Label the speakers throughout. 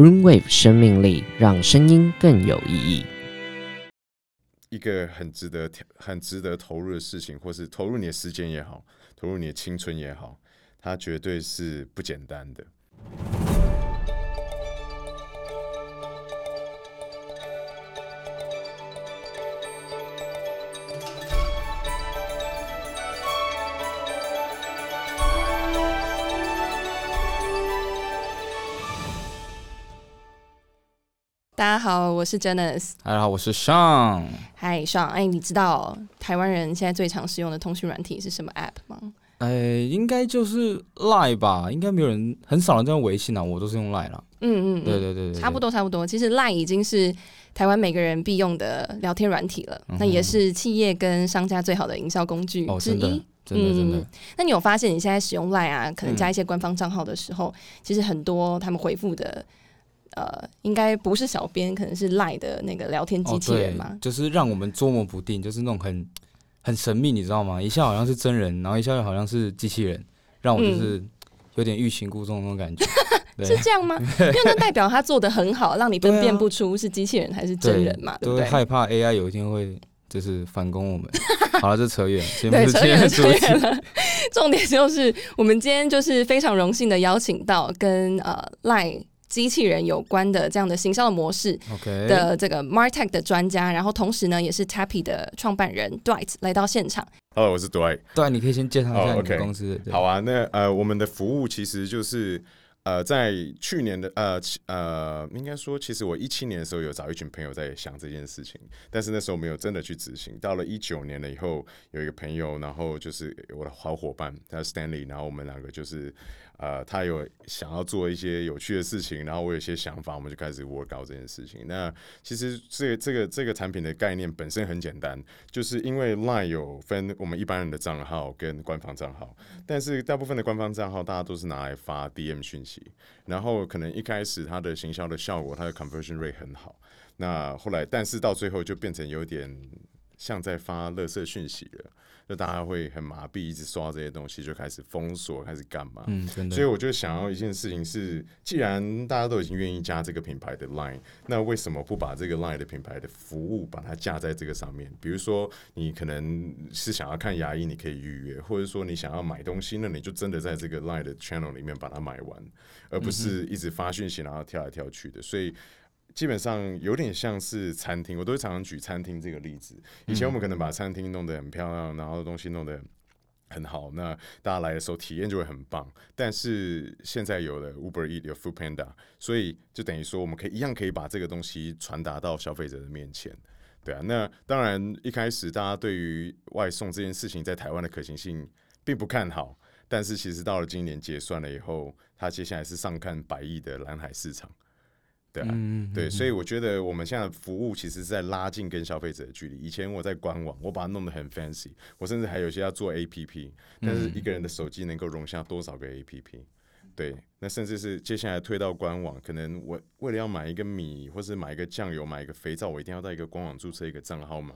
Speaker 1: Roomwave 生命力让声音更有意义。
Speaker 2: 一个很值得、很值得投入的事情，或是投入你的时间也好，投入你的青春也好，它绝对是不简单的。
Speaker 3: 大家好，我是 Janice。
Speaker 4: 大家哎好，我是尚。
Speaker 3: 嗨，上，哎，你知道台湾人现在最常使用的通讯软体是什么 App 吗？
Speaker 4: 哎，应该就是 Line 吧，应该没有人很少人在用微信啊，我都是用 Line 啦。
Speaker 3: 嗯嗯，嗯
Speaker 4: 对对对对，
Speaker 3: 差不多差不多。其实 Line 已经是台湾每个人必用的聊天软体了，那也是企业跟商家最好的营销工具
Speaker 4: 嗯哦，
Speaker 3: 之
Speaker 4: 真的
Speaker 3: 一。
Speaker 4: 真的真
Speaker 3: 嗯
Speaker 4: 的，
Speaker 3: 那你有发现你现在使用 Line 啊，可能
Speaker 4: 嗯
Speaker 3: 加一些官方账号的时候，其实很多他们回复的。呃，应该不是小编，可能是 Line 的那个聊天机
Speaker 4: 哦
Speaker 3: 器人
Speaker 4: 对
Speaker 3: 嘛、，
Speaker 4: 就是让我们捉摸不定，就是那种很很神秘，你知道吗？一下好像是真人，然后一下又好像是机器人，让我
Speaker 3: 嗯
Speaker 4: 就是有点欲擒故纵那种感觉。
Speaker 3: 是
Speaker 4: 对，
Speaker 3: 这样吗？因为那代表他做的很好，让你
Speaker 4: 对
Speaker 3: 分
Speaker 4: 啊
Speaker 3: 辨不出是机器人还是 真人嘛，对
Speaker 4: 都
Speaker 3: 不
Speaker 4: 会
Speaker 3: 对？
Speaker 4: 害怕 AI 有一天会就是反攻我 们。好了，这扯远，节目
Speaker 3: 对，
Speaker 4: 是
Speaker 3: 扯
Speaker 4: 今
Speaker 3: 远了，
Speaker 4: 天的
Speaker 3: 扯
Speaker 4: 主
Speaker 3: 远
Speaker 4: 题。
Speaker 3: 了。 重点就是，我们今天就是非常荣幸的邀请到跟呃赖机器人有关的这样的行销的模式
Speaker 4: OK，
Speaker 3: 的这个 Martech 的专家，然后同时呢也是 Tappy 的创办人 Dwight 来到现场。
Speaker 2: Hello，我是 Dwight。
Speaker 4: 对，啊你可以先介绍一下
Speaker 2: 哦
Speaker 4: 你的
Speaker 2: ，OK
Speaker 4: 公司。对
Speaker 2: 好啊，那呃，我们的服务其实就是呃，在去年的呃其呃，应该说，其实我一七年的时候有找一群朋友在想这件事情，但是那时候没有真的去执行。到了一九年了以后，有一个朋友，然后就是我的好伙伴，他是 Stanley，然后我们两个就是呃，他有想要做一些有趣的事情，然后我有一些想法，我们就开始 work out 这件事情。那其实这个这个这个产品的概念本身很简单，就是因为 Line 有分我们一般人的账号跟官方账号，但是大部分的官方账号大家都是拿来发 DM 讯息，然后可能一开始它的行销的效果，它的 conversion rate 很好，那后来但是到最后就变成有点像在发垃圾讯息了，就大家会很麻痹，一直刷这些东西，就开始封锁，开始干嘛？
Speaker 4: 嗯，真的。
Speaker 2: 所以我就想要一件事情是，既然大家都已经愿意加这个品牌的 Line，那为什么不把这个 Line 的品牌的服务把它架在这个上面？比如说，你可能是想要看牙医，你可以预约，或者说你想要买东西，那你就真的在这个 Line 的 channel 里面把它买完，而不是一直发讯息然后跳来跳去的。所以基本上有点像是餐厅，我都会常常举餐厅这个例子。以前我们可能把餐厅弄得很漂亮，然后东西弄得很好，那大家来的时候体验就会很棒。但是现在有了 Uber Eat 有 Food Panda，所以就等于说我们可以一样可以把这个东西传达到消费者的面前。对啊，那当然一开始大家对于外送这件事情在台湾的可行性并不看好，但是其实到了今年结算了以后，它接下来是上看百亿的蓝海市场。对啊，
Speaker 4: 嗯，
Speaker 2: 对，所
Speaker 4: 以
Speaker 2: 以我觉得我们现在的服务其实是在拉近跟消费者的距离。以前我在官网，我把它弄得很 fancy，我甚至还有些要做 APP，但是一个人的手机能够容下多少个 APP？对，那甚至是接下来推到官网，可能我为了要买一个米，或是买一个酱油、买一个肥皂，我一定要在一个官网注册一个账号吗？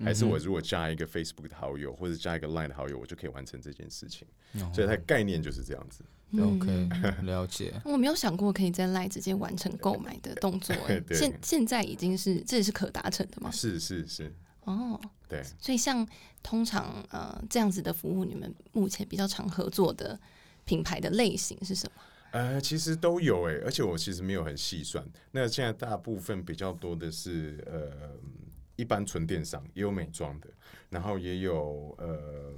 Speaker 2: 还是我如果加一个 Facebook 的好友，或者加一个 Line 的好友，我就可以完成这件事情？所以它的概念就是这样子。
Speaker 4: 哦 OK 了解。
Speaker 3: 嗯我没有想过可以在 Line 直接完成购买的动作、哎
Speaker 2: 对
Speaker 3: 现现在已经是这也是可达成的吗？
Speaker 2: 是是是，
Speaker 3: 哦，
Speaker 2: 对。
Speaker 3: 所以像通常呃这样子的服务，你们目前比较常合作的品牌的类型是什么？
Speaker 2: 呃，其实都有诶、而且我其实没有很细算。那现在大部分比较多的是呃，一般纯电商也有美妆的，然后也有呃，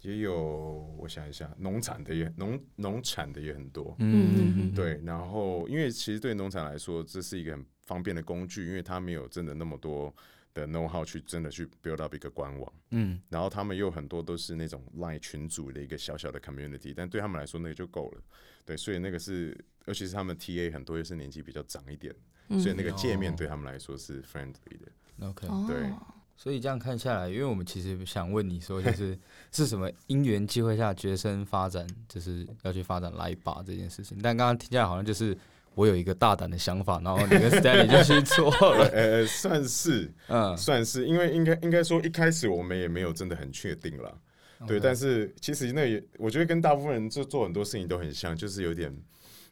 Speaker 2: 也有我想一下，农产的也农农产的也很多。
Speaker 3: 嗯嗯嗯
Speaker 2: 对，然后因为其实对农产来说，这是一个很方便的工具，因为它没有真的那么多的 know how 去真的去 build up 一个官网。
Speaker 4: 嗯，
Speaker 2: 然后他们又很多都是那种 Line 群组的一个小小的 community，但对他们来说那个就够了。对，所以那个是，尤其是他们 TA 很多又是年纪比较长一点，
Speaker 3: 嗯
Speaker 2: 所以那个界面对他们来说是 friendly 的。
Speaker 4: OK，
Speaker 3: 哦，
Speaker 2: 对
Speaker 4: 所以这样看下来，因为我们其实想问你说，就是 是什么因缘机会下决生发展，就是要去发展来吧这件事情。但刚刚听起来好像就是我有一个大胆的想法，然后你跟 Stanley 就去做 了。
Speaker 2: 呃，算是
Speaker 4: 嗯，
Speaker 2: 算是，因为应该应该说一开始我们也没有真的很确定啦。对，但是其实那也我觉得跟大部分人就做很多事情都很像，就是有点。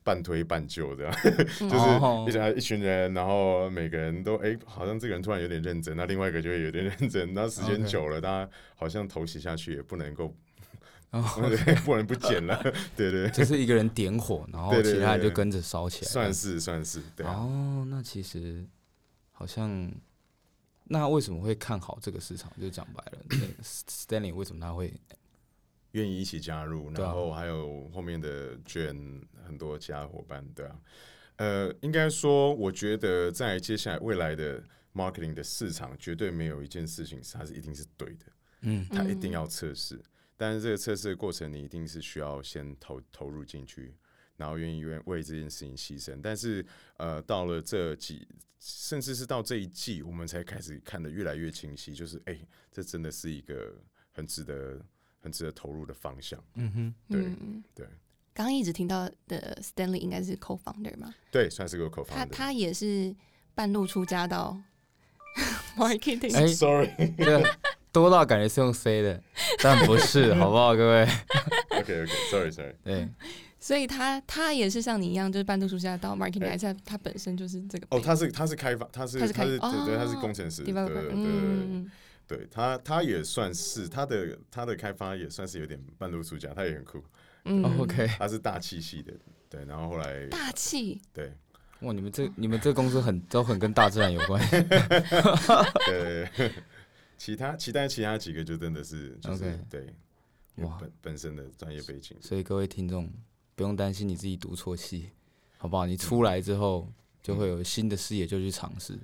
Speaker 2: 半推半就这样，
Speaker 3: 嗯
Speaker 2: 就是
Speaker 4: 哦
Speaker 2: 一家一群人，然后每个人都哎、好像这个人突然有点认真，那另外一个就会有点认真，那时间
Speaker 4: 哦 OK
Speaker 2: 久了，大家好像头洗下去也不能够，
Speaker 4: 然后
Speaker 2: 对不能不剪 了，对对
Speaker 4: 就是一个人点火，然后
Speaker 2: 对对
Speaker 4: 其他人
Speaker 2: 对
Speaker 4: 就
Speaker 2: 对
Speaker 4: 跟着烧起来。
Speaker 2: 算是算是，对啊、
Speaker 4: 哦，那其实好像，那为什么会看好这个市场？就讲白了那，Stanley 为什么他会
Speaker 2: 愿意一起加入，
Speaker 4: 对啊
Speaker 2: 然后还有后面的卷很多其他伙伴，对啊，呃，应该说，我觉得在接下来未来的 marketing 的市场，绝对没有一件事情是它是一定是对的，
Speaker 4: 嗯
Speaker 2: 它一定要测试。但是这个测试的过程，你一定是需要先投投入进去，然后愿意愿为这件事情牺牲。但是，呃，到了这几，甚至是到这一季，我们才开始看得越来越清晰，就是哎、这真的是一个很值得、很值得投入的方向。
Speaker 4: 嗯哼
Speaker 2: 对
Speaker 3: 嗯
Speaker 2: 对
Speaker 3: 刚刚一直听到的 Stanley 应该是 co-founder 嘛，
Speaker 2: 对，算是个口
Speaker 3: 他
Speaker 2: 方的。
Speaker 3: 他也是半路出家到 marketing，、
Speaker 4: 哎
Speaker 2: Sorry，OK
Speaker 4: 这个多到感觉是用 C 的，但不是，好不好，各位？
Speaker 2: OK，Sorry Sorry，
Speaker 4: 对，
Speaker 3: 所以他他也是像你一样，就是半路出家到 marketing，、
Speaker 2: 哎
Speaker 3: 还是他他本身就是这个
Speaker 2: 哦，他是他是开发，他是
Speaker 3: 他是开
Speaker 2: 对
Speaker 3: 哦
Speaker 2: 对，他是工程师，对对
Speaker 3: developer，
Speaker 2: 对对
Speaker 3: 嗯，
Speaker 2: 对他，他也算是他的他的开发也算是有点半路出家，他也很酷，
Speaker 3: 嗯
Speaker 4: 哦 OK，
Speaker 2: 他是大气系的，对，然后后来
Speaker 3: 大气，
Speaker 2: 对
Speaker 4: 哇，你们这你们这公司很都很跟大自然有关。
Speaker 2: 对，其他其他其他几个就真的是就是
Speaker 4: OK
Speaker 2: 对，有
Speaker 4: 哇
Speaker 2: 本本身的专业背景，
Speaker 4: 所以各位听众不用担心你自己读错戏，好不好？你出来之后就会有新的视野，就去尝试，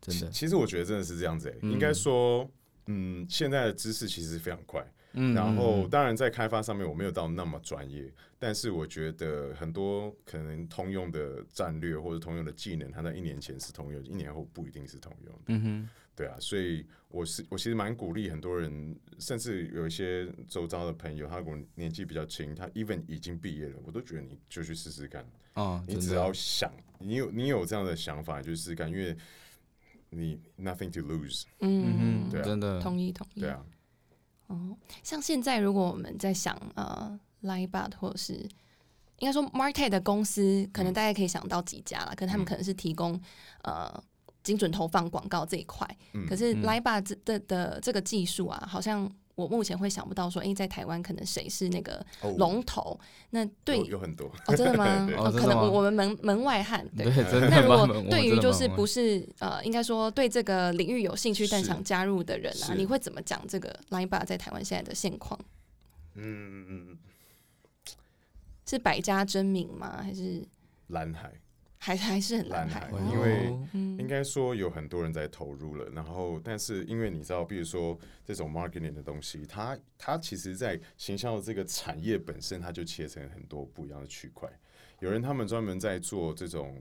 Speaker 4: 真
Speaker 2: 其
Speaker 4: 的。
Speaker 2: 其实我觉得真的是这样子、欸，应该说，嗯，现在的知识其实非常快，
Speaker 4: 嗯
Speaker 2: 然后
Speaker 4: 嗯
Speaker 2: 当然在开发上面我没有到那么专业，但是我觉得很多可能通用的战略或者通用的技能，它在一年前是通用，一年后不一定是通用的。
Speaker 4: 嗯哼，
Speaker 2: 对啊，所以我是我其实蛮鼓励很多人，甚至有一些周遭的朋友，他我年纪比较轻，他 even 已经毕业了，我都觉得你就去试试看，
Speaker 4: 哦，
Speaker 2: 你
Speaker 4: 真
Speaker 2: 只要
Speaker 4: 的，
Speaker 2: 想，你有你有这样的想法，你就试试看，因为你 nothing to lose，
Speaker 3: 嗯
Speaker 4: 嗯
Speaker 2: 对
Speaker 4: 哼，
Speaker 2: 啊
Speaker 4: 真的，
Speaker 3: 同意同意。
Speaker 2: 对啊，
Speaker 3: 哦，像现在如果我们在想呃 Libot 或者是应该说 Market 的公司，可能大家可以想到几家啦，可能他们
Speaker 2: 嗯
Speaker 3: 可能是提供呃精准投放广告这一块，
Speaker 2: 嗯
Speaker 3: 可是
Speaker 4: 嗯
Speaker 3: Libot 这的的这个技术啊，好像我目前会想不到说，诶，在台湾可能谁是那个
Speaker 2: 哦
Speaker 3: 龙头？那对
Speaker 2: 有有很多，
Speaker 3: 哦，真的吗
Speaker 2: 对？
Speaker 4: 哦
Speaker 3: 哦，
Speaker 4: 真
Speaker 3: 可
Speaker 4: 的
Speaker 3: 能
Speaker 4: 吗
Speaker 3: 我们门门外汉对
Speaker 4: 对，。真 的
Speaker 3: 那
Speaker 4: 蛮
Speaker 3: 如
Speaker 4: 猛。
Speaker 3: 果
Speaker 4: 我
Speaker 3: 对于
Speaker 4: 真的
Speaker 3: 就
Speaker 4: 蛮
Speaker 3: 是
Speaker 4: 猛
Speaker 3: 不是呃，应该说对这个领域有兴趣但
Speaker 2: 是
Speaker 3: 想加入的人啊，
Speaker 2: 是
Speaker 3: 你会怎么讲这个 Line Bar 在台湾现在的现况？
Speaker 2: 嗯，
Speaker 3: 是百家争鸣吗？还是
Speaker 2: 蓝海，
Speaker 3: 还还是很
Speaker 2: 蓝
Speaker 3: 蓝海？
Speaker 2: 海因为
Speaker 4: 哦
Speaker 3: 嗯
Speaker 2: 应该说有很多人在投入了，然后但是因为你知道，比如说这种 marketing 的东西，它它其实在行销这个产业本身，它就切成很多不一样的区块。有人他们专门在做这种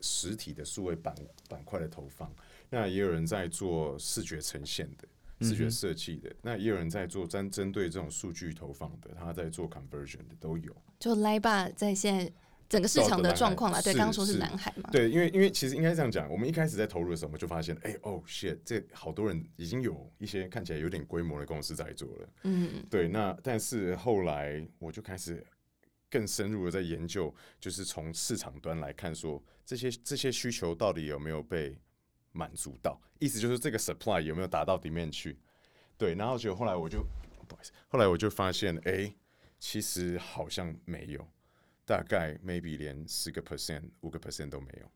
Speaker 2: 实体的数位板板块的投放，那也有人在做视觉呈现的。视觉设计的，那也有人在做针针对这种数据投放的，他在做 conversion 的都有。
Speaker 3: 就 Line Bar 在现在整个市
Speaker 2: 到
Speaker 3: 场
Speaker 2: 的
Speaker 3: 的
Speaker 2: 蓝
Speaker 3: 状
Speaker 2: 海
Speaker 3: 况啦，对，
Speaker 2: 是
Speaker 3: 刚刚说是
Speaker 2: 是
Speaker 3: 蓝海嘛，
Speaker 2: 对，因为因为其实应该这样讲，我们一开始在投入的时候，我们就发现，哎、哦，shit，这好多人已经有一些看起来有点规模的公司在做了。
Speaker 3: 嗯，
Speaker 2: 对，那但是后来我就开始更深入的在研究，就是从市场端来看说这些这些需求到底有没有被满足到，意思就是这个 supply 有没有达到 demand 去。对，然后结果后来我就不好意思，后来我就发现，哎、其实好像没有，大概 maybe 连十个 percent、五个 percent 都没有。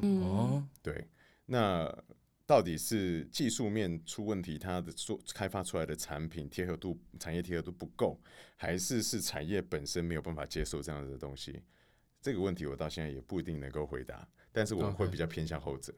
Speaker 3: 嗯
Speaker 4: 哦，
Speaker 2: 对，那到底是技术面出问题，它的做开发出来的产品贴合度、产业贴合度不够，还是是产业本身没有办法接受这样的东西？这个问题我到现在也不一定能够回答，但是我
Speaker 4: OK
Speaker 2: 会比较偏向后者。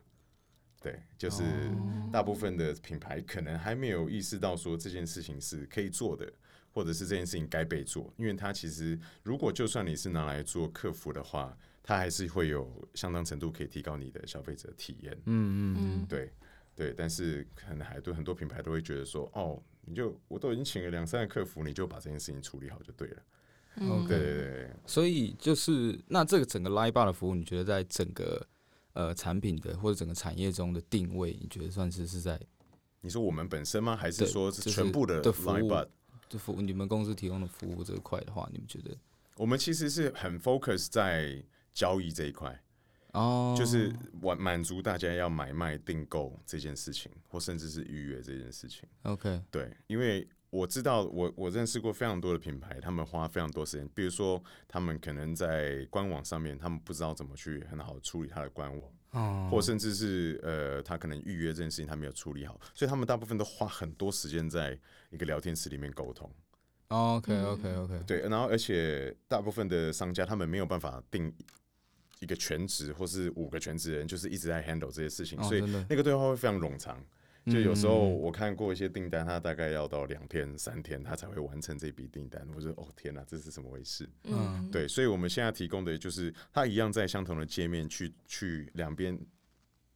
Speaker 2: 对，就是
Speaker 3: 哦嗯
Speaker 2: 大部分的品牌可能还没有意识到说这件事情是可以做的，或者是这件事情该被做，因为它其实如果就算你是拿来做客服的话，它还是会有相当程度可以提高你的消费者体验。
Speaker 4: 嗯嗯
Speaker 3: 嗯
Speaker 2: 对对，但是可能还对很多品牌都会觉得说，哦，你就我都已经请了两三个客服，你就把这件事情处理好就对了。
Speaker 3: 嗯，
Speaker 2: 对对对对，
Speaker 4: 嗯，所以就是那这个整个 Live Bar 的服务，你觉得在整个呃产品的或者整个产业中的定位，你觉得算是是在
Speaker 2: 你说我们本身吗？还是
Speaker 4: 对
Speaker 2: 说是
Speaker 4: 就是
Speaker 2: 全部的
Speaker 4: 的服务
Speaker 2: line bot？
Speaker 4: 这服务你们公司提供的服务这一块的话，你们觉得
Speaker 2: 我们其实是很 focus 在交易这一块，
Speaker 4: 哦，
Speaker 2: 就是满满足大家要买卖、订购这件事情，或甚至是预约这件事情。
Speaker 4: 哦 OK，
Speaker 2: 对，因为我知道我我认识过非常多的品牌，他们花非常多时间，比如说他们可能在官网上面，他们不知道怎么去很好地处理他的官网，
Speaker 4: 哦，
Speaker 2: 或甚至是呃，他可能预约这件事情他没有处理好，所以他们大部分都花很多时间在一个聊天室里面沟通。
Speaker 4: OK OK OK，
Speaker 2: 对，然后而且大部分的商家他们没有办法定一个全职或是五个全职人，就是一直在 handle 这些事情，
Speaker 4: 哦
Speaker 2: 所以
Speaker 4: 真的
Speaker 2: 那个对话会非常冗长。就有时候
Speaker 4: 嗯
Speaker 2: 我看过一些订单，他大概要到两天、三天，他才会完成这笔订单。我说哦天哪、这是什么回事？
Speaker 3: 嗯，
Speaker 2: 对，所以我们现在提供的就是它一样在相同的界面去去两边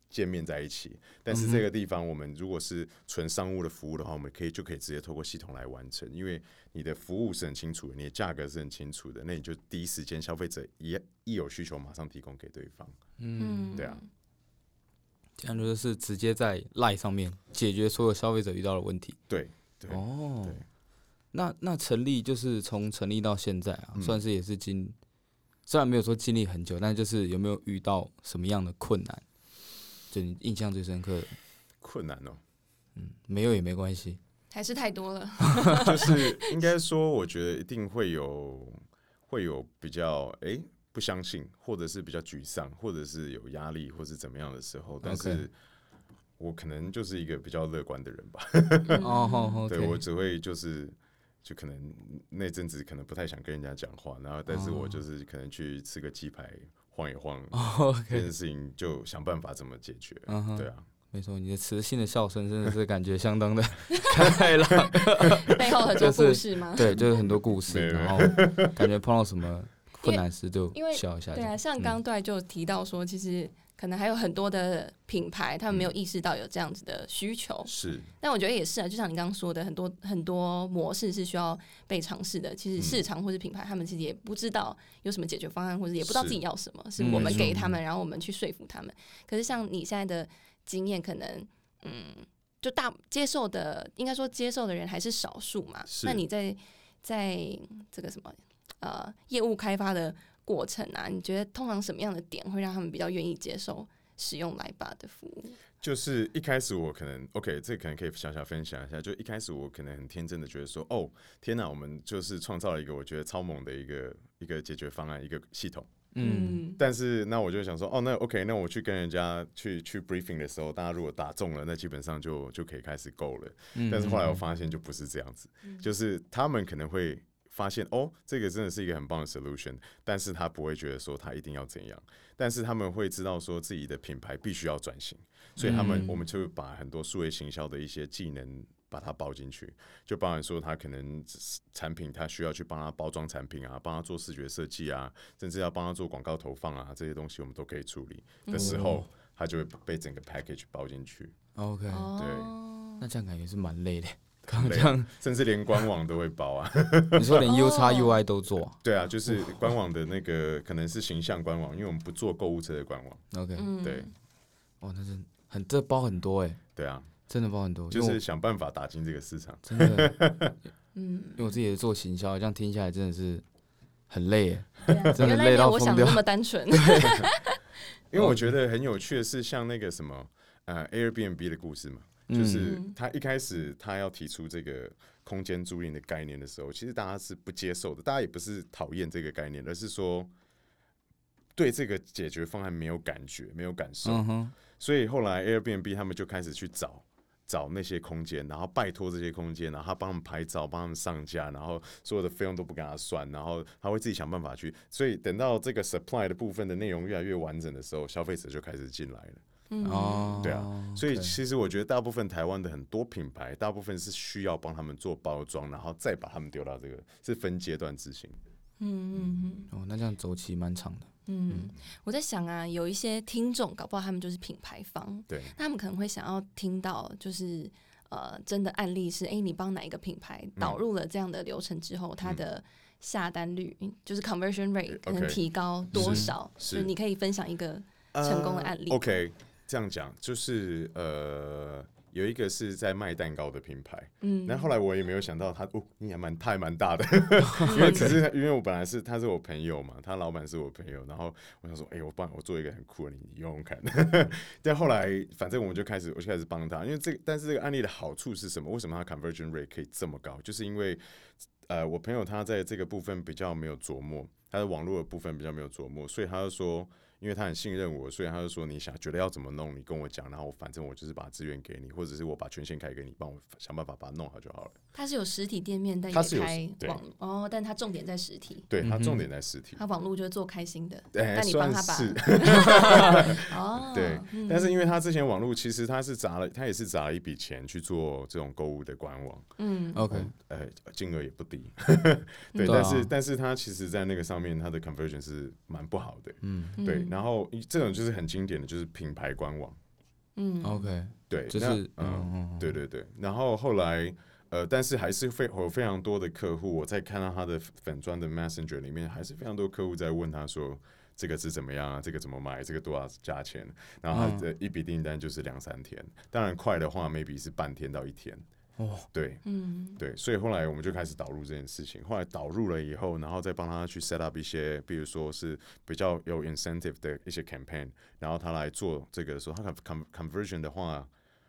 Speaker 2: 见面在一起，但是这个地方我们如果是纯商务的服务的话，我们可以就可以直接透过系统来完成，因为你的服务是很清楚的，你的价格是很清楚的，那你就第一时间消费者一一有需求马上提供给对方，
Speaker 3: 嗯，
Speaker 2: 对啊，
Speaker 4: 这样就是直接在 Line 上面解决所有消费者遇到的问题。
Speaker 2: 对对
Speaker 4: 哦
Speaker 2: 对，
Speaker 4: 那那成立就是从成立到现在啊，
Speaker 2: 嗯
Speaker 4: 算是也是经，虽然没有说经历很久，但就是有没有遇到什么样的困难，就你印象最深刻的？
Speaker 2: 困难哦、
Speaker 4: 没有也没关系。
Speaker 3: 还是太多 了。
Speaker 2: 就是应该说，我觉得一定会有会有比较诶不相信，或者是比较沮丧，或者是有压力，或是怎么样的时候，但是
Speaker 4: OK
Speaker 2: 我可能就是一个比较乐观的人吧。
Speaker 3: 嗯
Speaker 4: 哦好
Speaker 2: 对我
Speaker 4: ，OK，
Speaker 2: 只会就是。就可能那阵子可能不太想跟人家讲话，然后但是我就是可能去吃个鸡排晃一晃，
Speaker 4: 哦
Speaker 2: 这
Speaker 4: ，OK，
Speaker 2: 件事情就想办法怎么解决。
Speaker 4: 嗯哼
Speaker 2: 对啊，
Speaker 4: 没错，你的磁性的笑声真的是感觉相当的 开朗，
Speaker 3: 背后很多故事吗？
Speaker 4: 对，就是很多故事，
Speaker 2: 没有
Speaker 4: 然后感觉碰到什么困难时就
Speaker 3: 因为
Speaker 4: 笑一下就。
Speaker 3: 对啊，像
Speaker 4: 嗯
Speaker 3: 刚刚对就提到说，其实可能还有很多的品牌，他们
Speaker 4: 嗯
Speaker 3: 没有意识到有这样子的需求。
Speaker 2: 是
Speaker 3: 但我觉得也是啊，就像你刚刚说的，很多很多模式是需要被尝试的。其实市场或是品牌，他们其实也不知道有什么解决方案，或者也不知道
Speaker 2: 是
Speaker 3: 自己要什么，是
Speaker 4: 嗯
Speaker 3: 我们
Speaker 4: 没错
Speaker 3: 给他们，然后我们去说服他们。可是像你现在的经验，可能嗯，就大接受的，应该说接受的人还是少数嘛。
Speaker 2: 是
Speaker 3: 那你在在这个什么呃业务开发的过程啊，你觉得通常什么样的点会让他们比较愿意接受使用来吧的服务？
Speaker 2: 就是一开始我可能 OK，这可能可以小小分享一下。就一开始我可能很天真的觉得说，哦，天哪，我们就是创造了一个我觉得超猛的一个一个解决方案，一个系统。
Speaker 4: 嗯，
Speaker 2: 但是那我就想说，哦，那 OK，那我去跟人家去去 briefing 的时候，大家如果打中了，那基本上就就可以开始够了。
Speaker 4: 嗯
Speaker 2: 但是后来我发现就不是这样子，
Speaker 3: 嗯
Speaker 2: 就是他们可能会发现哦，这个真的是一个很棒的 solution，但是他不会觉得说他一定要怎样，但是他们会知道说自己的品牌必须要转型，所以他们、
Speaker 4: 嗯
Speaker 2: 我们就把很多数位行销的一些技能。把它包进去，就包含说他可能产品，他需要去帮他包装产品啊，帮他做视觉设计啊，甚至要帮他做广告投放啊，这些东西我们都可以处理的
Speaker 3: 嗯
Speaker 2: 时候，
Speaker 4: 哦
Speaker 2: 他就会被整个 package 包进去。
Speaker 4: OK，
Speaker 3: 哦，
Speaker 4: 嗯那这样感觉是蛮累的。
Speaker 2: 很累
Speaker 4: 这样
Speaker 2: 甚至连官网都会包啊。
Speaker 4: 你说连 U 叉
Speaker 3: 哦
Speaker 4: UI 都做啊
Speaker 2: 对啊，就是官网的那个可能是形象官网，因为我们不做购物车的官网。
Speaker 4: ？OK，
Speaker 3: 嗯
Speaker 2: 对，
Speaker 4: 哇，那真很这包很多哎，
Speaker 2: 对啊，
Speaker 4: 真的包很多，哦
Speaker 2: 就
Speaker 4: 因为
Speaker 2: 是
Speaker 4: 我哦
Speaker 2: 想办法打进这个市场。
Speaker 4: 真的，
Speaker 3: 嗯。
Speaker 4: 因为我自己也做行销，这样听下来真的是很累 哎。
Speaker 3: 对啊
Speaker 4: 真的
Speaker 3: 原来没
Speaker 4: 累
Speaker 3: 有
Speaker 4: 到
Speaker 3: 我
Speaker 4: 疯
Speaker 3: 想的
Speaker 4: 掉
Speaker 3: 那么单纯。
Speaker 2: 因为我觉得很有趣的是，像那个什么呃 Airbnb 的故事嘛，
Speaker 4: 嗯
Speaker 2: 就是他一开始他要提出这个空间租赁的概念的时候，其实大家是不接受的，大家也不是讨厌这个概念，而是说对这个解决方案没有感觉，没有感受。
Speaker 4: 嗯哼，
Speaker 2: 所以后来 Airbnb 他们就开始去找找那些空间，然后拜托这些空间，然后他帮他们拍照，帮他们上架，然后所有的费用都不给他算，然后他会自己想办法去。所以等到这个 supply 的部分的内容越来越完整的时候，消费者就开始进来了。
Speaker 3: 嗯
Speaker 4: 哦，
Speaker 2: 对啊，所以
Speaker 4: OK
Speaker 2: 其实我觉得大部分台湾的很多品牌，大部分是需要帮他们做包装，然后再把他们丢到这个是分阶段执行。
Speaker 3: 嗯嗯
Speaker 4: 哦，那这样周期蛮长的。
Speaker 3: 嗯，我在想啊，有一些听众搞不好他们就是品牌方，
Speaker 2: 对，
Speaker 3: 那他们可能会想要听到就是呃真的案例是，哎、你帮哪一个品牌导入了这样的流程之后，它的下单率嗯就是 conversion rate 可能
Speaker 2: OK
Speaker 3: 提高多少？
Speaker 2: 是
Speaker 3: 就你可以分享一个成功的案例。
Speaker 2: OK，这样讲就是呃，有一个是在卖蛋糕的品牌，
Speaker 3: 嗯，
Speaker 2: 那后
Speaker 3: 来
Speaker 2: 来我也没有想到他哦，你还蛮他还蛮大的，因为只是因为我本来是他是我朋友嘛，他老板是我朋友，然后我想说，哎、我帮我做一个很酷的，你你用用看。 但后来反正我们就开始，我就开始帮他，因为这个但是这个案例的好处是什么？为什么他 conversion rate 可以这么高？就是因为呃，我朋友他在这个部分比较没有琢磨，他的网络的部分比较没有琢磨，所以他就说。因为他很信任我，所以他就说你想觉得要怎么弄，你跟我讲，然后我反正我就是把资源给你，或者是我把权限开给你，帮我想办法把它弄好就好了。
Speaker 3: 它是有实体店面，但
Speaker 2: 它
Speaker 3: 也
Speaker 2: 是有
Speaker 3: 开
Speaker 2: 对
Speaker 3: 网哦，但它重点在实体，
Speaker 2: 对，它
Speaker 4: 嗯哼
Speaker 2: 重点在实体。
Speaker 3: 它网络就是做开心的，
Speaker 2: 哎
Speaker 3: 但你帮他把
Speaker 2: 算是
Speaker 3: 哦，
Speaker 2: 对
Speaker 3: 嗯，
Speaker 2: 但是因为他之前网络其实他是砸了，他也是砸了一笔钱去做这种购物的官网，
Speaker 3: 嗯
Speaker 4: OK，
Speaker 2: 呃，金额也不低，对，
Speaker 4: 对啊
Speaker 2: 但是但是他其实在那个上面他的 conversion 是蛮不好的，
Speaker 4: 嗯
Speaker 2: 对，
Speaker 3: 嗯
Speaker 2: 然后这种就是很经典的就是品牌官网，
Speaker 3: 嗯
Speaker 4: ，OK，
Speaker 2: 对，
Speaker 4: 就是
Speaker 2: 那
Speaker 4: 嗯嗯，嗯
Speaker 2: 对对对，然后后来呃，但是还是非有非常多的客户，我在看到他的粉砖的 Messenger 里面，还是非常多客户在问他说。这个是怎么样啊？这个怎么买？这个多少价钱？然后他的一笔订单就是两三天，当然快的话，maybe 是半天到一天。
Speaker 4: 哦，
Speaker 2: 对
Speaker 3: 嗯
Speaker 2: 对，所以后来我们就开始导入这件事情。后来导入了以后，然后再帮他去 set up 一些，比如说是比较有 incentive 的一些 campaign，然后他来做这个的时候，他 con con conversion 的话，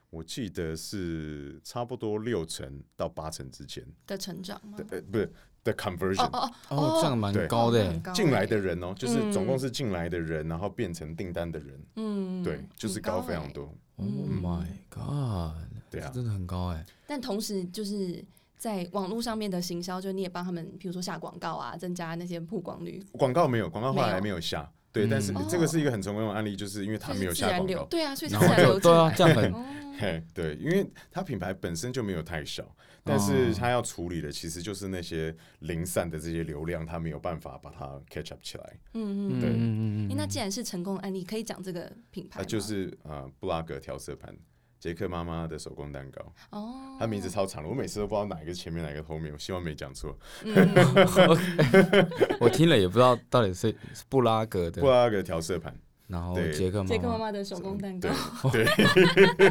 Speaker 2: 我记得是差不多六成到八成之间
Speaker 3: 的成长吗
Speaker 2: 的，？呃，不是的
Speaker 3: 哦
Speaker 2: conversion。
Speaker 3: 哦
Speaker 4: 哦，这样蛮
Speaker 2: 对
Speaker 4: 高的耶
Speaker 3: 很，高
Speaker 2: 进来
Speaker 3: 欸
Speaker 2: 的人哦，就是总共
Speaker 3: 嗯
Speaker 2: 是进来的人，然后变成订单的人，
Speaker 3: 嗯，
Speaker 2: 对，就是
Speaker 3: 很
Speaker 2: 高非
Speaker 3: 欸
Speaker 2: 常多，
Speaker 4: Oh my god，
Speaker 2: 对啊
Speaker 4: 这，真的很高哎，
Speaker 3: 但同时就是在网络上面的行销，就你也帮他们，比如说下广告啊，增加那些曝光率，
Speaker 2: 广告没有，广告后来
Speaker 3: 没哦
Speaker 2: 没有下，对，但是
Speaker 4: 嗯
Speaker 2: 这个是一个很成功的案例，就是因为他
Speaker 3: 就是
Speaker 2: 没有
Speaker 3: 自
Speaker 2: 下
Speaker 3: 然
Speaker 2: 广
Speaker 3: 流
Speaker 2: 告，
Speaker 3: 对啊，所以是
Speaker 4: 然
Speaker 3: 自
Speaker 4: 后
Speaker 3: 然流
Speaker 4: 就
Speaker 3: 进
Speaker 4: 对啊，
Speaker 3: 来。
Speaker 4: 这样很
Speaker 3: 哦，
Speaker 2: 嘿，对，因为它品牌本身就没有太小，但是它要处理的其实就是那些零散的这些流量，它没有办法把它 catch up 起来。
Speaker 3: 嗯嗯
Speaker 4: 嗯
Speaker 2: 对
Speaker 3: 嗯。
Speaker 4: 嗯
Speaker 3: 诶
Speaker 4: 嗯
Speaker 3: 那既然是成功的案例，可以讲这个品牌
Speaker 2: 它
Speaker 3: 吗，
Speaker 2: 就是呃布拉格调色盘，杰克妈妈的手工蛋糕，
Speaker 3: 哦，
Speaker 2: 它名字超长的，我每次都不知道哪一个前面哪一个后面，我希望没讲错。
Speaker 3: 嗯，嗯
Speaker 4: 嗯，我听了也不知道到底是是布拉格
Speaker 2: 布
Speaker 4: 的，
Speaker 2: 拉格调色盘，
Speaker 4: 然后
Speaker 2: 对
Speaker 4: 杰克
Speaker 3: 嗯杰克
Speaker 4: 妈
Speaker 3: 妈
Speaker 4: 妈，
Speaker 3: 妈的手工蛋糕
Speaker 2: 对，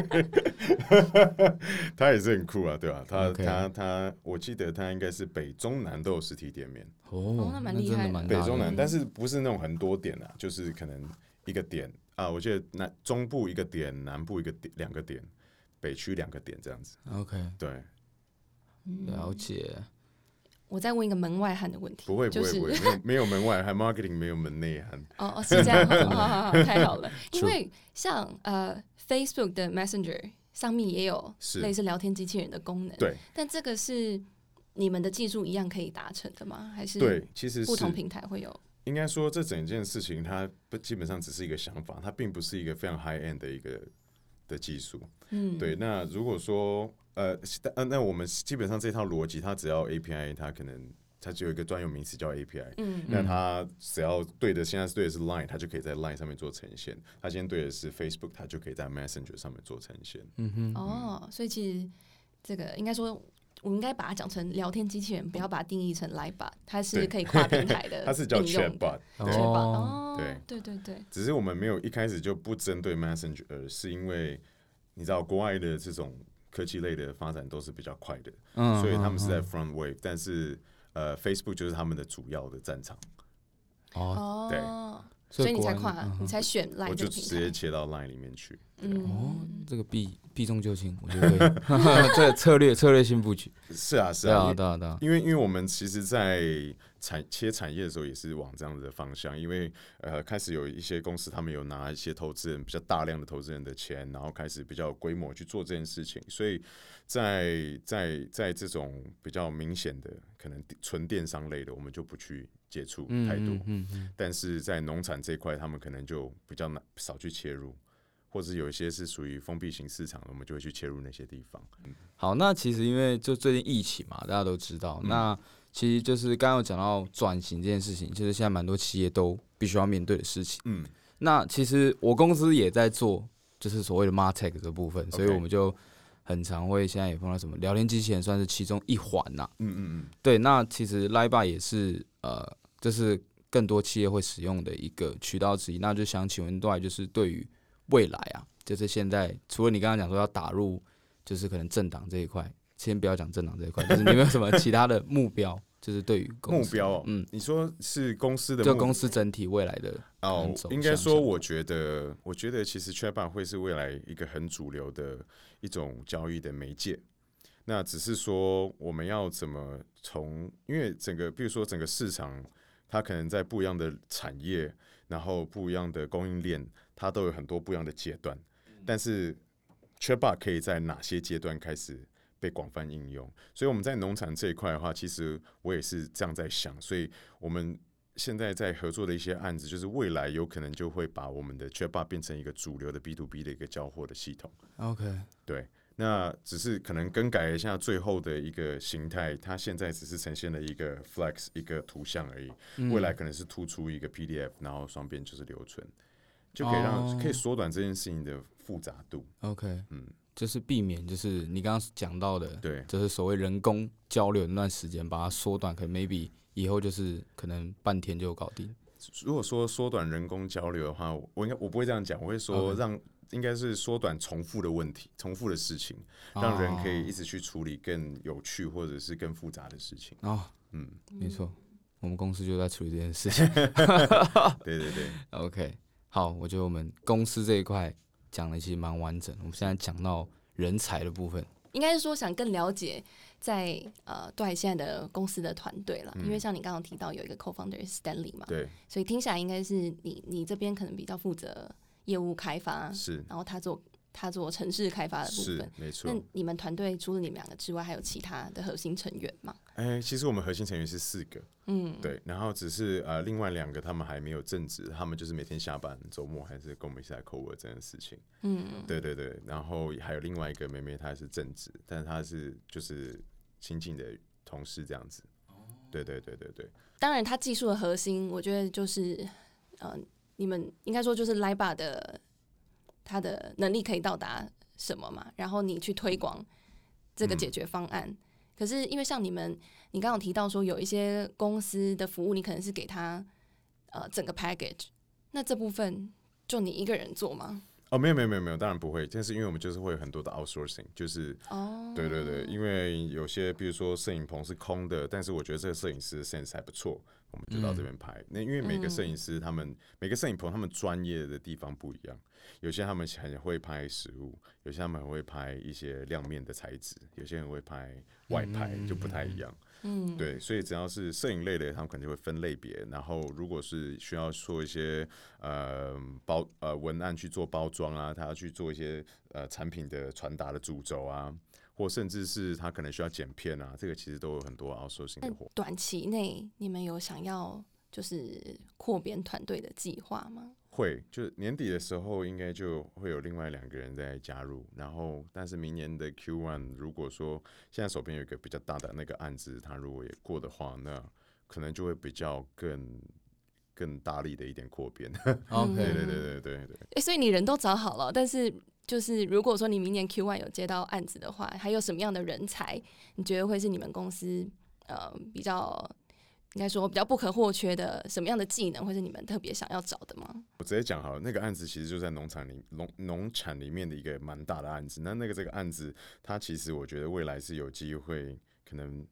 Speaker 2: 对，它也是很酷啊，对吧、它
Speaker 4: OK
Speaker 2: 它它，我记得它应该是北中南都有实体店面。
Speaker 4: 哦
Speaker 3: 那蛮
Speaker 4: 那
Speaker 3: 厉
Speaker 4: 真
Speaker 3: 害
Speaker 4: 的
Speaker 3: 的
Speaker 4: 蛮
Speaker 2: 北
Speaker 4: 大
Speaker 2: 中
Speaker 4: 的
Speaker 2: 南，但是不是那种很多点啊，就是可能一个点啊，我记得南中部一个点，南部一个点，两个点，北区两个点这样子。
Speaker 3: 嗯
Speaker 4: ，OK，
Speaker 2: 对，
Speaker 4: 了解，
Speaker 3: 我再问一个门外汉的问题，
Speaker 2: 不会不
Speaker 3: 就
Speaker 2: 会
Speaker 3: 是
Speaker 2: 不会，没有没有门外汉，marketing 没有门内涵。
Speaker 3: 哦哦，是这 样，好好好，太好了。因为像呃，Facebook 的 Messenger 上面也有
Speaker 2: 是
Speaker 3: 类似聊天机器人的功能，
Speaker 2: 对。
Speaker 3: 但这个是你们的技术一样可以达成的吗？还是
Speaker 2: 对，其实
Speaker 3: 不
Speaker 2: 是
Speaker 3: 同平台会有？
Speaker 2: 应该说这整件事情，它不基本上只是一个想法，它并不是一个非常 high end 的一个的技术。
Speaker 3: 嗯，
Speaker 2: 对，，那如果说呃，但呃，那我们基本上这套逻辑，它只要 API，它可能它只有一个专有名词叫 API。
Speaker 3: 嗯
Speaker 2: 那它只要对的，现在是对的是 Line，它就可以在 Line 上面做呈现；它今天对的是 Facebook，它就可以在 Messenger 上面做呈现。
Speaker 4: 嗯哼，
Speaker 3: 哦，所以其实这个应该说，我们应该把它讲成聊天机器人，不要把它定义成 Live Bot，它是
Speaker 2: 对
Speaker 3: 可以跨平台 的，
Speaker 2: 它是叫 Chatbot，
Speaker 3: 对
Speaker 2: 对。
Speaker 3: 吧？
Speaker 4: 哦
Speaker 3: 哦，
Speaker 2: 对
Speaker 3: 对对对，
Speaker 2: 只是我们没有一开始就不针对 Messenger，呃是因为你知道国外的这种科技类的发展都是比较快的，
Speaker 4: 嗯，
Speaker 2: 所以他们是
Speaker 4: 嗯
Speaker 2: 在 front wave，但是呃 Facebook 就是他们的主要的战场，
Speaker 4: 哦，
Speaker 2: 对
Speaker 3: 哦，所以你
Speaker 4: 国
Speaker 3: 才
Speaker 4: 外
Speaker 3: 跨，
Speaker 4: 嗯
Speaker 3: 你才选 Live
Speaker 2: 我就
Speaker 3: 这个
Speaker 2: 直接
Speaker 3: 平台，
Speaker 2: 切到 Line 里面去。
Speaker 4: 哦
Speaker 3: 嗯，，
Speaker 4: 这个避避重就轻，我觉得 可以， 这个策略策略性布局，
Speaker 2: 是啊，是
Speaker 4: 对
Speaker 2: 啊，因
Speaker 4: 啊
Speaker 2: 为
Speaker 4: 对啊对啊，
Speaker 2: 因为因为我们其实，在产切产业的时候，也是往这样子的方向。因为呃，开始有一些公司，他们有拿一些投资人比较大量的投资人的钱，然后开始比较有规模去做这件事情。所以在在在这种比较明显的可能纯电商类的，我们就不去接触
Speaker 4: 嗯
Speaker 2: 太多。
Speaker 4: 嗯嗯嗯
Speaker 2: 但是在农产这一块，他们可能就比较难少去切入，或者有一些是属于封闭型市场，我们就会去切入那些地方。嗯
Speaker 4: 好，那其实因为就最近疫情嘛，大家都知道，
Speaker 2: 嗯
Speaker 4: 那其实就是刚刚有讲到转型这件事情，就是现在蛮多企业都必须要面对的事情。
Speaker 2: 嗯，
Speaker 4: 那其实我公司也在做，就是所谓的 MarTech 这部分，所以
Speaker 2: OK
Speaker 4: 我们就很常会现在也碰到什么聊天机器人，算是其中一环呐、
Speaker 2: 嗯嗯
Speaker 4: 对，那其实 l i b a 也是呃，就是更多企业会使用的一个渠道之一。那就想请问 d 就是对于未来啊，就是现在除了你刚刚讲说要打入就是可能政党这一块，先不要讲政党这一块，就是你有没有什么其他的目标？就是对于公
Speaker 2: 目
Speaker 4: 司
Speaker 2: 标哦，
Speaker 4: 嗯，
Speaker 2: 你说是公司的
Speaker 4: 就
Speaker 2: 目
Speaker 4: 公司整体未来的可
Speaker 2: 哦
Speaker 4: 能，走
Speaker 2: 应该
Speaker 4: 向
Speaker 2: 说，
Speaker 4: 上
Speaker 2: 我觉得，我觉得其实 Chatbot 会是未来一个很主流的一种交易的媒介。那只是说，我们要怎么从，因为整个，比如说整个市场，它可能在不一样的产业，然后不一样的供应链，它都有很多不一样的阶段。但是 Chatbot 可以在哪些阶段开始被广泛应用？所以我们在农场这一块的话，其实我也是这样在想，所以我们现在在合作的一些案子，就是未来有可能就会把我们的 Chatbot 变成一个主流的 B to B 的一个交货的系统。
Speaker 4: OK，
Speaker 2: 那只是可能更改一下最后的一个形态，它现在只是呈现了一个 Flex 一个图像而已，
Speaker 4: 嗯
Speaker 2: 未来可能是突出一个 PDF，然后双边就是留存，就可以让、
Speaker 4: 哦
Speaker 2: 可以缩短这件事情的复杂度。
Speaker 4: OK，
Speaker 2: 嗯，
Speaker 4: 就是避免就是你刚刚讲到的，
Speaker 2: 对
Speaker 4: 就是所谓人工交流的那段时间，把它缩短，可能 maybe 以后就是可能半天就搞定。
Speaker 2: 如果说缩短人工交流的话，我我应该我不会这样讲，我会说
Speaker 4: OK
Speaker 2: 让应该是缩短重复的问题、重复的事情，让人可以一
Speaker 4: 哦，
Speaker 2: 直去处理更有趣或者是更复杂的事情。
Speaker 4: 哦
Speaker 2: 嗯，
Speaker 4: 没错，我们公司就在处理这件事情。
Speaker 2: 对对对，
Speaker 4: OK，好，我觉得我们公司这一块讲的其实蛮完整。我们现在讲到人才的部分，
Speaker 3: 应该是说想更了解在呃对现在的公司的团队了，因为像你刚刚提到有一个 co-founder 是 Stanley 嘛，
Speaker 2: 嗯 对
Speaker 3: 所以听起来应该是你你这边可能比较负责业务开发，
Speaker 2: 是
Speaker 3: 然后他做他做城市开啊发的部
Speaker 2: 是
Speaker 3: 分。
Speaker 2: 没
Speaker 3: 那
Speaker 2: 错。
Speaker 3: 你们团队除了你们两个之外，还有其他的核心成员吗？
Speaker 2: 哎，其实我们核心成员是四个，
Speaker 3: 嗯，
Speaker 2: 对，然后只是呃，另外两个他们还没有正职，他们就是每天下班、周末还是跟我们一起来 co work 这件事情。
Speaker 3: 嗯，
Speaker 2: 对对对，然后还有另外一个妹妹，她是正职，但是她是就是亲近的同事这样子。
Speaker 3: 哦
Speaker 2: 对对对对对，
Speaker 3: 当然，它技术的核心，我觉得就是，呃，你们应该说就是 Liba 的它的能力可以到达什么嘛，然后你去推广这个
Speaker 2: 嗯
Speaker 3: 解决方案。可是因为像你们，你刚刚有提到说有一些公司的服务，你可能是给他呃整个 package，那这部分就你一个人做吗？
Speaker 2: 哦，没有没有没有没有，当然不会，但是因为我们就是会有很多的 outsourcing，就是
Speaker 3: 哦，
Speaker 2: 对对对，因为有些比如说摄影棚是空的，但是我觉得这个摄影师的 sense 还不错，我们就到
Speaker 3: 嗯
Speaker 2: 这边拍。那因为每个摄影师他们、每个摄影棚他们专业的地方不一样，有些他们很会拍实物，有些他们很会拍一些亮面的材质，有些人会拍外拍，就不太一样。
Speaker 3: 嗯，
Speaker 2: 对，所以只要是摄影类的，他们肯定会分类别。然后，如果是需要做一些呃包呃文案去做包装啊，他要去做一些呃产品的传达的主轴啊，或甚至是他可能需要剪片啊，这个其实都有很多 outsourcing 的活。
Speaker 3: 短期内你们有想要就是扩编团队的计划吗？
Speaker 2: 会，就是年底的时候应该就会有另外两个人在加入。然后，但是明年的 Q one 如果说现在手边有一个比较大的那个案子，他如果也过的话，那可能就会比较更。更大力的一点扩编，
Speaker 4: OK，
Speaker 2: 嗯对对对对对对，
Speaker 3: 诶，所以你人都找好了，但是就是如果说你明年 Q one 有接到案子的话，还有什么样的人才你觉得会是你们公司呃比较应该说比较不可或缺的什么样的技能，或是你们特别想要找的吗？
Speaker 2: 我直接讲好了，那个案子其实就在农场里农农产里面的一个蛮大的案子。那那个这个案子，它其实我觉得未来是有机会可能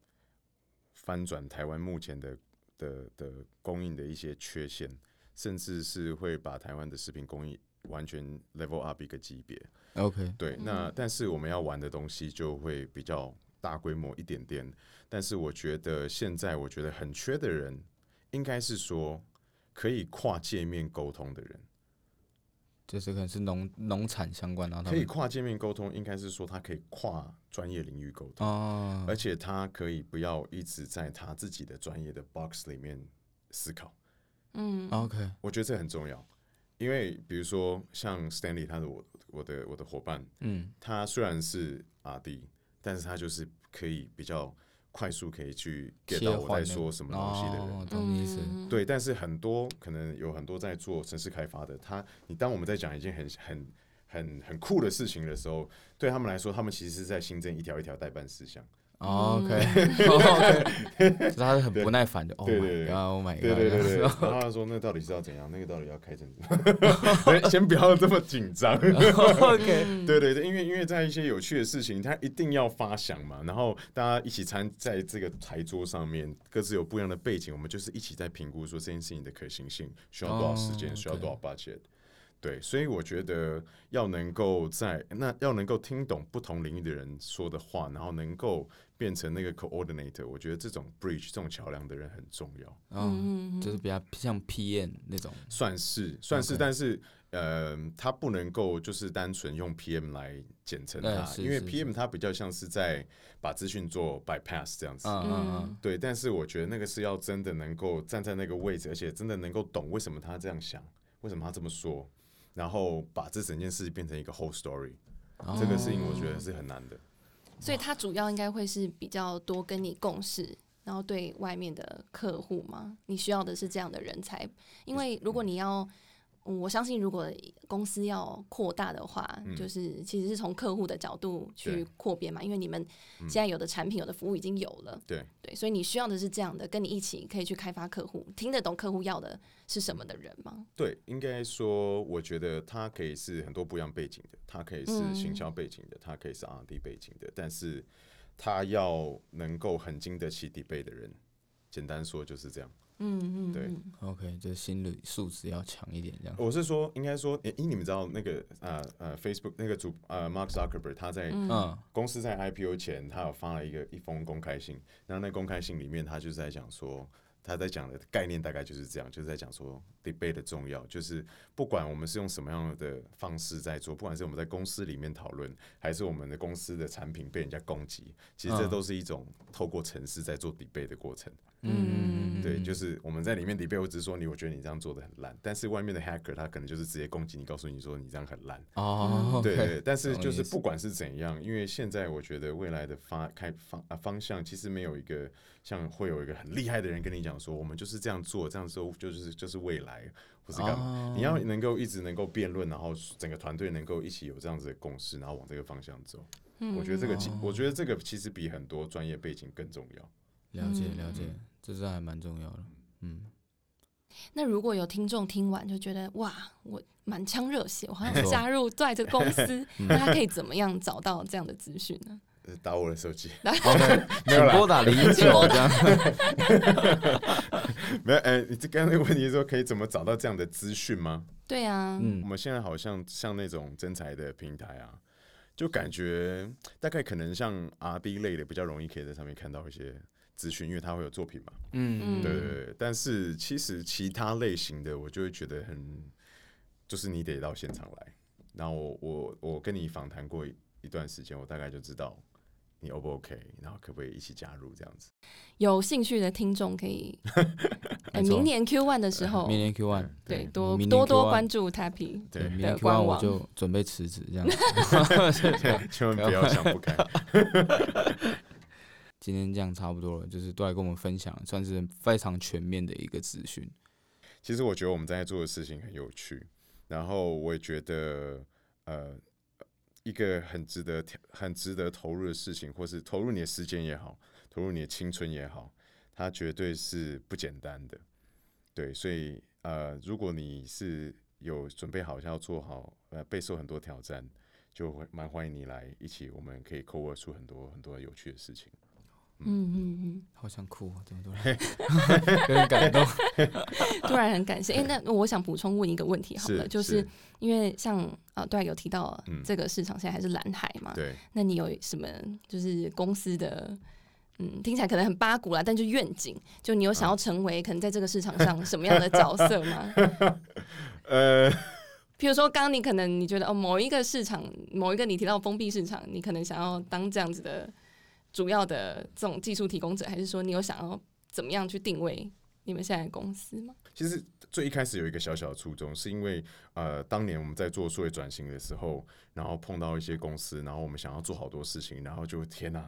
Speaker 2: 翻转台湾目前的的的供应的一些缺陷，甚至是会把台湾的食品供应完全 level up 一个级别。
Speaker 4: ，OK，
Speaker 2: 对，那但是我们要玩的东西就会比较大规模一点点。但是我觉得现在我觉得很缺的人，应该是说可以跨界面沟通的人，
Speaker 4: 就是可能是农农产相关，然后他
Speaker 2: 可以
Speaker 4: 们
Speaker 2: 跨界面沟通，应该是说他可以跨专业领域沟通，
Speaker 4: 哦
Speaker 2: 而且他可以不要一直在他自己的专业的 box 里面思考。
Speaker 3: 嗯，
Speaker 4: ，OK，
Speaker 2: 我觉得这很重要，因为比如说像 Stanley，他的我我的我的伙伴，
Speaker 4: 嗯，
Speaker 2: 他虽然是 R D，但是他就是可以比较快速可以去 get
Speaker 4: 切
Speaker 2: 到我
Speaker 4: 换
Speaker 2: 在说什么东西的人。
Speaker 4: 哦，懂你意思，
Speaker 3: 嗯，
Speaker 2: 对，但是很多可能有很多在做城市开发的，他你当我们在讲一件很很很很酷的事情的时候，对他们来说，他们其实是在新增一条一条代办事项。
Speaker 4: 哦 OK，OK，就是 他是很不耐烦的。
Speaker 2: 嗯
Speaker 4: Oh
Speaker 2: 对对
Speaker 4: my
Speaker 2: 对
Speaker 4: god，Oh my god，
Speaker 2: 对对对对，
Speaker 4: 这
Speaker 2: 然
Speaker 4: 样子
Speaker 2: 后他说那到底是要怎样？那个到底要开阵子？哎先不要这么 紧张。
Speaker 4: OK，
Speaker 3: 嗯
Speaker 2: 对对对，因为因为在一些有趣的事情，他一定要发想嘛，然后大家一起参在这个台桌上面，各自有不一样的背景，我们就是一起在评估说这件事情的可行性，需要多少时间，
Speaker 4: 哦
Speaker 2: 需要
Speaker 4: OK
Speaker 2: 多少 budget。对，所以我觉得要能够在那要能够听懂不同领域的人说的话，然后能够变成那个 coordinator，我觉得这种 bridge 这种桥梁的人很重要。
Speaker 4: 嗯，
Speaker 3: 嗯，
Speaker 4: 就是比较像 PM 那种。
Speaker 2: 算是算是
Speaker 4: OK
Speaker 2: 但是呃，它不能够就是单纯用 PM 来简称它，
Speaker 4: 嗯是
Speaker 2: 因为
Speaker 4: 是
Speaker 2: PM 它比较像是在把资讯做 bypass 这样子。
Speaker 4: 嗯嗯嗯，
Speaker 2: 对，但是我觉得那个是要真的能够站在那个位置，而且真的能够懂为什么他这样想，为什么他这么说，然后把这整件事变成一个 whole story，、这个事情我
Speaker 4: 哦
Speaker 2: 觉得是很难的。
Speaker 3: 所以他主要应该会是比较多跟你共事，然后对外面的客户嘛，你需要的是这样的人才，因为如果你要。嗯我相信，如果公司要扩大的话，
Speaker 2: 嗯
Speaker 3: 就是其实是从客户的角度去
Speaker 2: 对嗯
Speaker 3: 扩编嘛，因为你们现在有的产品、有的服务已经有了，
Speaker 2: 对
Speaker 3: 对，所以你需要的是这样的，跟你一起可以去开发客户，听得懂客户要的是什么的人吗？
Speaker 2: 对，应该说，我觉得它可以是很多不一样背景的，它可以是行销背景的，它可以是 R&D 背景的，但是它要能够很经得起 debate 的人，简单说就是这样。
Speaker 3: 嗯嗯，
Speaker 2: 对
Speaker 3: 嗯
Speaker 4: OK，就是心理素质要强一点这样。
Speaker 2: 我是说，应该说，诶、因为你们知道那个呃呃 Facebook 那个主呃 Mark Zuckerberg 他在
Speaker 4: 嗯
Speaker 2: 公司在 IPO 前，他有发了一个一封公开信，然后那公开信里面，他就是在讲说，他在讲的概念大概就是这样，就是在讲说 debate 的重要，就是不管我们是用什么样的方式在做，不管是我们在公司里面讨论，还是我们的公司的产品被人家攻击，其实这
Speaker 4: 嗯
Speaker 2: 都是一种透过城市在做 debate 的过程。
Speaker 4: 嗯，
Speaker 2: 对，就是我们在里面 debate，我只是说你，我觉得你这样做的很烂，但是外面的 hacker 他可能就是直接攻击你，告诉你说你这样很烂。
Speaker 4: 哦，
Speaker 2: 对对，但是
Speaker 4: 懂
Speaker 2: 就
Speaker 4: 意
Speaker 2: 是
Speaker 4: 思
Speaker 2: 不管是怎样，因为现在我觉得未来的发开方啊方向，其实没有一个像会有一个很厉害的人跟你讲说，我们就是这样做，这样做就是就是未来，或是干
Speaker 4: 哦
Speaker 2: 嘛？你要能够一直能够辩论，然后整个团队能够一起有这样子的共识，然后往这个方向走。我觉得这个其，我觉得这个其实比很多专业背景更重要。
Speaker 4: 了
Speaker 2: 嗯
Speaker 4: 解了解，这是还蛮重要的。嗯，
Speaker 3: 那如果有听众听完就觉得哇，我满腔热血，我好想加入在这个公 司，
Speaker 4: 嗯
Speaker 3: 那他可以怎么样找到这样的资讯呢？
Speaker 2: 呃打我的手机， 哦没有
Speaker 4: 请
Speaker 2: 啦
Speaker 4: 拨打零一九这样。
Speaker 2: 没有？哎，你这刚才那个问题是说可以怎么找到这样的资讯吗？
Speaker 3: 对啊，
Speaker 2: 我
Speaker 4: 嗯
Speaker 2: 们现在好像像那种真才的平台啊，就感觉大概可能像 R D 类的比较容易可以在上面看到一些资讯，因为它会有作品嘛。
Speaker 4: 嗯，
Speaker 2: 对对对。但是其实其他类型的，我就会觉得很，就是你得到现场来。然后我我我跟你访谈过一一段时间，我大概就知道你 O 不 OK，然后可不可以一起加入这样子。
Speaker 3: 有兴趣的听众可以， 哎，
Speaker 4: 没错
Speaker 3: 明年 Q one 的时候，
Speaker 4: 明年 Q one，
Speaker 3: 对，多
Speaker 4: 明年
Speaker 3: 多多
Speaker 4: Q1
Speaker 3: 关注 Tappy。
Speaker 2: 哦对
Speaker 4: 明年
Speaker 3: 的
Speaker 4: Q
Speaker 3: 官
Speaker 4: one 我
Speaker 3: 网
Speaker 4: 就准备辞职这 样。
Speaker 2: 对， 千万不要想不开。
Speaker 4: 今天这样差不多了，就是都来跟我们分享，算是非常全面的一个资讯。
Speaker 2: 其实我觉得我们正在做的事情很有趣，然后我也觉得，呃，一个很值得、很值得投入的事情，或是投入你的时间也好，投入你的青春也好，它绝对是不简单的。对，所以呃，如果你是有准备好要做好，呃，备受很多挑战，就会蛮欢迎你来一起，我们可以 co work 出很多很多有趣的事情。
Speaker 3: 嗯嗯
Speaker 4: 好想哭啊，怎么突然有点感动？
Speaker 3: 嗯，突然很感谢。哎、那我想补充问一个问题好了，就是因为像啊，对啊，有提到
Speaker 2: 嗯
Speaker 3: 这个市场现在还是蓝海嘛，
Speaker 2: 对，
Speaker 3: 那你有什么就是公司的，嗯，听起来可能很八股啦，但就愿景，就你有想要成为可能在这个市场上什么样的角色吗？
Speaker 2: 呃，
Speaker 3: 譬如说，刚刚你可能你觉得哦，某一个市场，某一个你提到封闭市场，你可能想要当这样子的主要的这种技术提供者，还是说你有想要怎么样去定位你们现在的公司吗？
Speaker 2: 其实最一开始有一个小小的初衷，是因为呃，当年我们在做数位转型的时候，然后碰到一些公司，然后我们想要做好多事情，然后就天哪、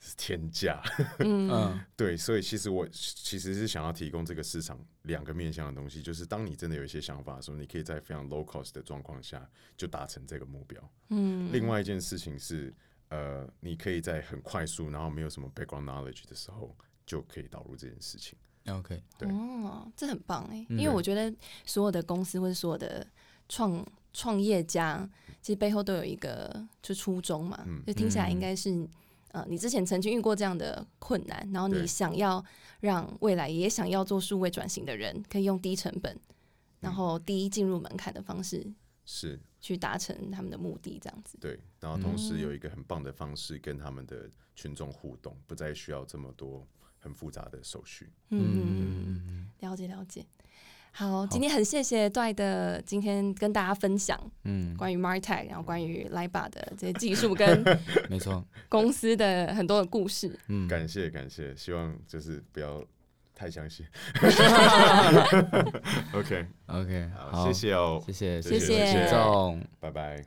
Speaker 2: 是天价。
Speaker 4: 嗯，
Speaker 2: 对，所以其实我其实是想要提供这个市场两个面向的东西，就是当你真的有一些想法的时候，你可以在非常 low cost 的状况下就达成这个目标。嗯，另外一件事情是。呃，你可以在很快速，然后没有什么 background knowledge 的时候，就可以导入这件事情。
Speaker 4: 嗯 OK，
Speaker 2: 对
Speaker 3: 哦，这很棒哎、
Speaker 4: 嗯
Speaker 3: 因为我觉得所有的公司或者所有的创创业家，其实背后都有一个就初衷嘛，
Speaker 2: 嗯
Speaker 3: 就听起来
Speaker 4: 嗯
Speaker 3: 应该是。呃，你之前曾经遇过这样的困难，然后你
Speaker 2: 对
Speaker 3: 想要让未来也想要做数位转型的人，可以用低成本，然后低进入门槛的方式
Speaker 2: 是
Speaker 3: 去达成他们的目的，这样子。
Speaker 2: 对，然后同时
Speaker 3: 嗯
Speaker 2: 有一个很棒的方式跟他们的群众互动，不再需要这么多很复杂的手续。
Speaker 3: 嗯，了解了解。好，今天很谢谢 d 的今天跟大家分享
Speaker 4: 嗯，
Speaker 3: 关于 Martech，然后关于 Liba 的这些技术跟
Speaker 4: 没错，
Speaker 3: 公司的很多的故事。
Speaker 4: 嗯，
Speaker 2: 感谢感谢，希望就是不要太相 信。OK，
Speaker 4: OK，
Speaker 2: 好，
Speaker 4: 好，
Speaker 2: 谢，谢哦，
Speaker 4: 谢谢，
Speaker 3: 谢谢
Speaker 4: 听众。
Speaker 2: 拜拜。